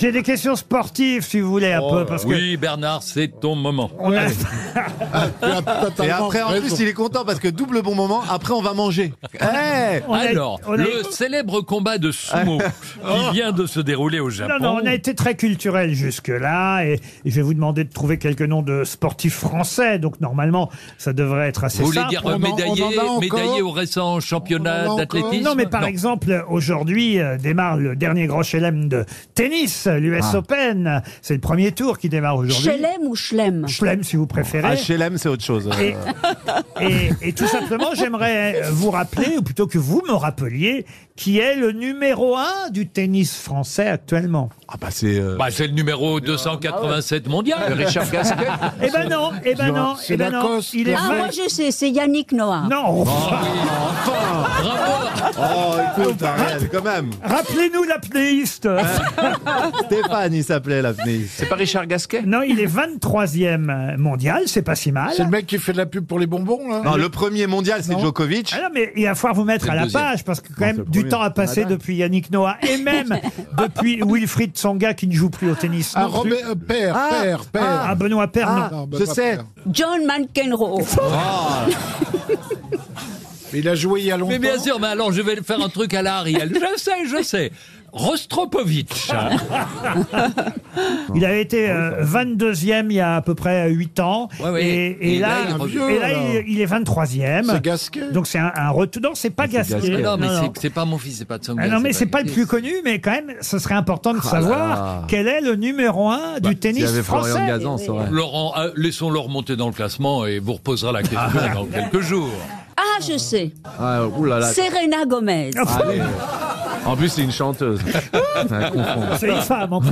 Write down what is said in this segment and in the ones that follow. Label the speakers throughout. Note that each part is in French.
Speaker 1: J'ai des questions sportives, si vous voulez, un peu, parce que...
Speaker 2: Oh, Oui, Bernard, c'est ton moment.
Speaker 1: On a-
Speaker 3: Et après, en plus, il est content parce que double bon moment, après, on va manger. Eh
Speaker 1: on a-
Speaker 2: Alors,
Speaker 1: on a-
Speaker 2: le célèbre combat de sumo qui vient de se dérouler au Japon.
Speaker 1: Non, non, on a été très culturel jusque-là, et et je vais vous demander de trouver quelques noms de sportifs français, donc normalement, ça devrait être assez
Speaker 2: Vous voulez
Speaker 1: simple.
Speaker 2: dire
Speaker 4: on en-
Speaker 2: médaillé,
Speaker 4: on en a encore
Speaker 2: médaillé au récent championnat
Speaker 4: On en a
Speaker 2: d'athlétisme
Speaker 1: Non, mais par exemple, aujourd'hui euh, démarre le dernier grand chelem de tennis, l'US Open. C'est le premier tour qui démarre aujourd'hui.
Speaker 5: Chelem ou Chelem
Speaker 1: Chelem, si vous
Speaker 3: Eh
Speaker 1: préférez.
Speaker 3: HLM, c'est autre chose.
Speaker 1: Et, et- et tout simplement, j'aimerais vous rappeler, ou plutôt que vous me rappeliez, qui est le numéro un du tennis français actuellement.
Speaker 3: Ah bah c'est... euh,
Speaker 2: Bah, c'est le numéro 287 mondial.
Speaker 6: Richard Gasquet.
Speaker 1: Eh ben non, eh ben non,
Speaker 4: c'est
Speaker 1: eh ben non.
Speaker 4: Lacoste.
Speaker 1: Il est
Speaker 5: Ah, moi
Speaker 1: vrai.
Speaker 5: je sais, c'est Yannick Noah.
Speaker 1: Non,
Speaker 2: Bravo
Speaker 3: Oh, écoute, arrête, quand même.
Speaker 1: rappelez-nous l'apnéiste.
Speaker 3: Stéphane, il s'appelait l'apnéiste.
Speaker 6: C'est pas Richard Gasquet
Speaker 1: Non, il est 23e mondial, c'est pas si mal.
Speaker 4: C'est le mec qui fait de la pub pour les bonbons, là
Speaker 3: Non, le premier mondial, c'est Djokovic.
Speaker 1: Ah non, mais il va falloir vous mettre
Speaker 2: C'est
Speaker 1: à
Speaker 2: le
Speaker 1: la
Speaker 2: deuxième.
Speaker 1: page parce que quand même
Speaker 3: c'est le
Speaker 1: du
Speaker 3: premier.
Speaker 1: temps a passé
Speaker 3: Nadal.
Speaker 1: depuis Yannick Noah et même depuis Wilfried Tsonga qui ne joue plus au tennis.
Speaker 4: Ah,
Speaker 1: non plus.
Speaker 4: Robert, euh, père,
Speaker 3: Ah,
Speaker 4: père, père.
Speaker 1: Ah, Benoît Père,
Speaker 3: Ah,
Speaker 1: non.
Speaker 4: bah,
Speaker 3: je
Speaker 4: pas
Speaker 3: sais.
Speaker 4: père.
Speaker 5: John McEnroe.
Speaker 4: Mais il a joué il y a longtemps.
Speaker 2: Mais bien sûr, mais alors je vais faire un truc à la Ariel. Je sais, je sais. Rostropovitch. hein.
Speaker 1: Ah, Il avait été euh, 22e il y a à peu près 8 ans.
Speaker 2: Ouais, ouais.
Speaker 1: Et, et
Speaker 2: Et
Speaker 1: là,
Speaker 2: là, il est
Speaker 1: et
Speaker 2: revenu.
Speaker 1: là, il, il est 23e.
Speaker 4: C'est Gasquet.
Speaker 1: Donc c'est un, un retour. Non, c'est pas Gasquet.
Speaker 2: Ah non, mais
Speaker 1: Non, non.
Speaker 2: c'est- c'est pas mon fils, c'est pas de son
Speaker 1: Ah non, mais c'est pas le plus connu, mais quand même, ce serait important de savoir quel est le numéro 1 du tennis français.
Speaker 2: Laurent, ah, laissons-le remonter dans le classement et vous reposera la question dans quelques jours.
Speaker 5: Ah, je sais.
Speaker 6: Ah, oulala.
Speaker 5: Serena Gomez.
Speaker 6: En plus, c'est une chanteuse.
Speaker 1: C'est une femme en plus.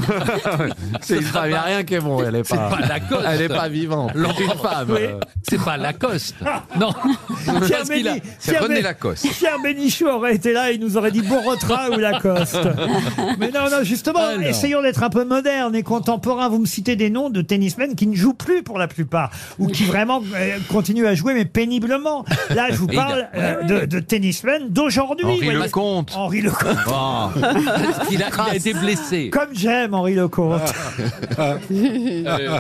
Speaker 6: C'est une femme, il n'y a rien qui est bon. Elle n'est
Speaker 1: Ah.
Speaker 6: pas,
Speaker 2: pas Lacoste.
Speaker 6: Elle est pas vivante.
Speaker 2: Laurent.
Speaker 6: C'est une femme.
Speaker 1: Oui.
Speaker 2: C'est pas Lacoste. Non.
Speaker 1: Pierre
Speaker 2: Parce qu'il a-
Speaker 1: Béni-
Speaker 6: C'est
Speaker 1: Pierre
Speaker 6: René
Speaker 1: Bé-
Speaker 6: Lacoste.
Speaker 1: Pierre Bénichou aurait été là, il nous aurait dit Borotra ou Lacoste. Mais non, non, justement,
Speaker 2: Alors.
Speaker 1: essayons d'être un peu moderne et contemporain. Vous me citez des noms de tennismen qui ne jouent plus pour la plupart ou qui vraiment euh, continuent à jouer mais péniblement. Là, je vous
Speaker 2: Et il a-
Speaker 1: parle euh, de, de tennismen d'aujourd'hui.
Speaker 6: Henri
Speaker 1: voyez.
Speaker 6: Lecomte.
Speaker 1: Henri Lecomte.
Speaker 2: Il a, il a été blessé.
Speaker 1: Comme j'aime Henri Lecomte.
Speaker 2: Ah. Euh,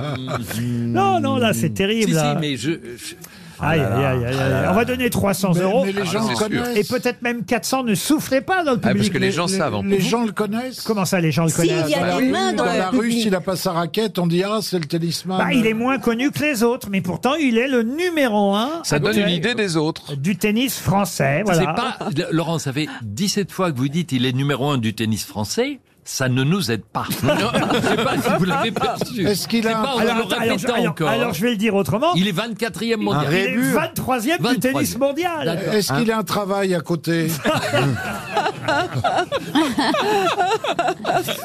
Speaker 1: Non, non, là, c'est terrible.
Speaker 2: si, si,
Speaker 1: là.
Speaker 2: mais je- je Ah
Speaker 1: Aïe, aïe, aïe, aïe, aïe. On va donner 300 euros.
Speaker 4: Mais, mais les gens
Speaker 6: c'est
Speaker 4: le
Speaker 6: sûr.
Speaker 4: connaissent.
Speaker 1: Et peut-être même 400 ne soufflez pas dans le public.
Speaker 6: Ah, parce que les gens savent. en
Speaker 4: Les
Speaker 6: plus.
Speaker 4: gens le connaissent.
Speaker 1: Comment ça, les gens le
Speaker 5: Si,
Speaker 1: connaissent
Speaker 5: il y
Speaker 4: Dans
Speaker 5: a
Speaker 4: la
Speaker 5: des
Speaker 4: rue,
Speaker 5: mains dans,
Speaker 4: dans
Speaker 5: le
Speaker 4: la rue,
Speaker 5: public.
Speaker 4: s'il a pas sa raquette, on dira ah, c'est le talisman.
Speaker 1: Bah, il est moins connu que les autres, mais pourtant il est le numéro un
Speaker 6: Ça donne une idée des autres.
Speaker 1: du tennis français.
Speaker 2: C'est
Speaker 1: Voilà.
Speaker 2: pas. Laurent, ça fait 17 fois que vous dites il est numéro un du tennis français. Ça ne nous aide pas. Non, Je sais pas si vous l'avez perçu.
Speaker 4: Est-ce qu'il a-
Speaker 2: C'est pas en
Speaker 1: Alors,
Speaker 2: le
Speaker 1: attends, alors, je-
Speaker 2: répétant
Speaker 1: alors-
Speaker 2: encore. hein.
Speaker 1: alors, je vais le dire autrement. Il,
Speaker 2: Il est 24e
Speaker 3: Un
Speaker 2: mondial.
Speaker 3: ré-
Speaker 1: est
Speaker 3: Rébu.
Speaker 1: 23e, du
Speaker 2: 23e.
Speaker 1: tennis mondial.
Speaker 2: D'accord.
Speaker 4: Est-ce qu'il a un travail à côté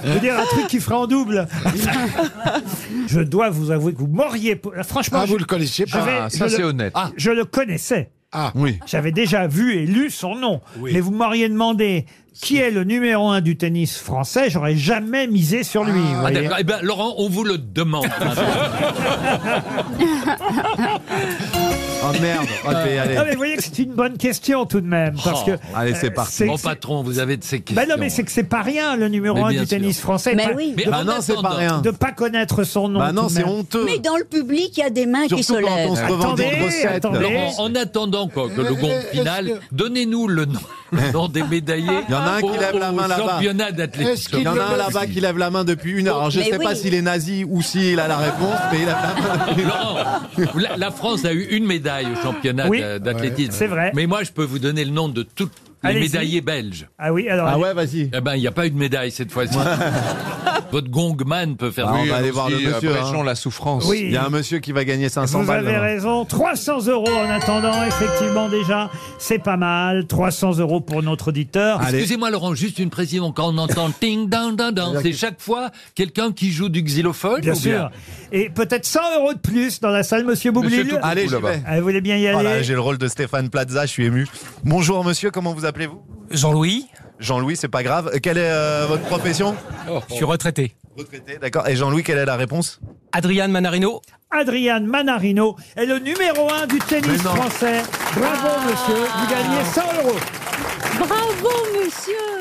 Speaker 1: Je veux dire un truc qui fera en double. je dois vous avouer que vous mourriez. pour- Franchement,
Speaker 4: Ah,
Speaker 1: je,
Speaker 4: vous le connaissiez
Speaker 1: je
Speaker 4: pas
Speaker 1: vais-
Speaker 6: Ah, ça,
Speaker 1: je
Speaker 6: c'est
Speaker 1: le-
Speaker 6: honnête.
Speaker 2: Ah.
Speaker 1: je le connaissais.
Speaker 4: Ah,
Speaker 6: Oui.
Speaker 1: J'avais déjà vu et lu son nom. Mais vous m'auriez demandé qui est le numéro un du tennis français, j'aurais jamais misé sur lui. vous
Speaker 2: Ah,
Speaker 1: voyez.
Speaker 2: d'accord. Eh ben, Laurent, on vous le demande. hein.
Speaker 3: Oh merde. Ok,
Speaker 1: Non, Ah, mais
Speaker 3: allez.
Speaker 1: vous voyez que c'est une bonne question tout de même. Parce que,
Speaker 2: Oh,
Speaker 3: allez, c'est
Speaker 1: euh,
Speaker 3: parti.
Speaker 2: Mon patron, vous avez de ces questions.
Speaker 1: Bah non, mais c'est que c'est pas rien le numéro
Speaker 2: Mais
Speaker 1: un
Speaker 2: bien
Speaker 1: du
Speaker 2: sûr.
Speaker 1: tennis français.
Speaker 5: Mais
Speaker 1: Pas-
Speaker 5: oui.
Speaker 2: Mais
Speaker 3: Bah
Speaker 2: en
Speaker 3: non, c'est pas
Speaker 2: attendant,
Speaker 3: rien.
Speaker 1: De pas connaître son nom.
Speaker 3: Bah non,
Speaker 1: tout de
Speaker 3: c'est
Speaker 1: même.
Speaker 3: honteux.
Speaker 5: Mais dans le public, il y a des mains qui se
Speaker 3: Surtout quand on se
Speaker 5: lèvent.
Speaker 3: revendique
Speaker 1: Attendez,
Speaker 3: recette.
Speaker 1: attendez.
Speaker 2: Laurent, en attendant quoi, que le gong
Speaker 4: est-ce
Speaker 2: final,
Speaker 4: que-
Speaker 2: donnez-nous le nom, le nom des médaillés.
Speaker 3: Il y en a un qui
Speaker 2: au-
Speaker 3: lève la
Speaker 2: au
Speaker 3: main là-bas.
Speaker 2: Championnat d'athlétisme.
Speaker 4: Est-ce qu'il
Speaker 3: Il y en a
Speaker 4: le
Speaker 3: un
Speaker 4: met-
Speaker 3: là-bas qui lève la main depuis une heure. Alors, je
Speaker 5: Mais
Speaker 3: sais pas
Speaker 5: oui.
Speaker 3: s'il est nazi ou s'il a la réponse, mais il a la main depuis une heure.
Speaker 2: Laurent, la, la France a eu une médaille au championnat
Speaker 1: Oui,
Speaker 2: d'a- d'athlétisme.
Speaker 1: c'est vrai.
Speaker 2: Mais moi, je peux vous donner le nom de toutes les
Speaker 1: Allez-y.
Speaker 2: médaillés belges.
Speaker 1: Ah oui, alors.
Speaker 3: Ah ouais, vas-y.
Speaker 2: Eh ben, il n'y a pas eu de médaille cette fois-ci. Votre gongman peut faire.
Speaker 3: Ah, on va aller voir le
Speaker 6: Aussi,
Speaker 3: monsieur. hein.
Speaker 6: abrégeons euh, la souffrance.
Speaker 1: Oui.
Speaker 3: Il y a un monsieur qui va gagner 500
Speaker 1: Vous
Speaker 3: balles.
Speaker 1: avez
Speaker 3: là-bas.
Speaker 1: raison, 300 euros en attendant, effectivement déjà, c'est pas mal, 300 euros pour notre auditeur.
Speaker 3: Allez.
Speaker 2: Excusez-moi, Laurent, juste une précision. Quand on entend ting, dang, dang, dang, c'est chaque fois quelqu'un qui joue du xylophone.
Speaker 1: Bien
Speaker 2: ou
Speaker 1: sûr. Et peut-être 100 euros de plus dans la salle, monsieur Boublil.
Speaker 6: Tout-
Speaker 3: Allez,
Speaker 6: Tout
Speaker 3: je
Speaker 6: là-bas.
Speaker 3: vais.
Speaker 1: Ah, vous voulez bien y aller
Speaker 3: Voilà, j'ai le rôle de Stéphane Plaza, je suis ému. Bonjour monsieur, comment vous appelez-vous
Speaker 7: Jean-Louis,
Speaker 3: Jean-Louis, c'est pas grave. Euh, Quelle est euh, votre profession
Speaker 7: je suis retraité.
Speaker 3: Retraité, d'accord. Et Jean-Louis, quelle est la réponse
Speaker 7: Adrian Manarino,
Speaker 1: Adrian Manarino est le numéro 1 du tennis
Speaker 3: Mais non.
Speaker 1: français. Bravo, monsieur. Vous gagnez 100 euros.
Speaker 5: Bravo, monsieur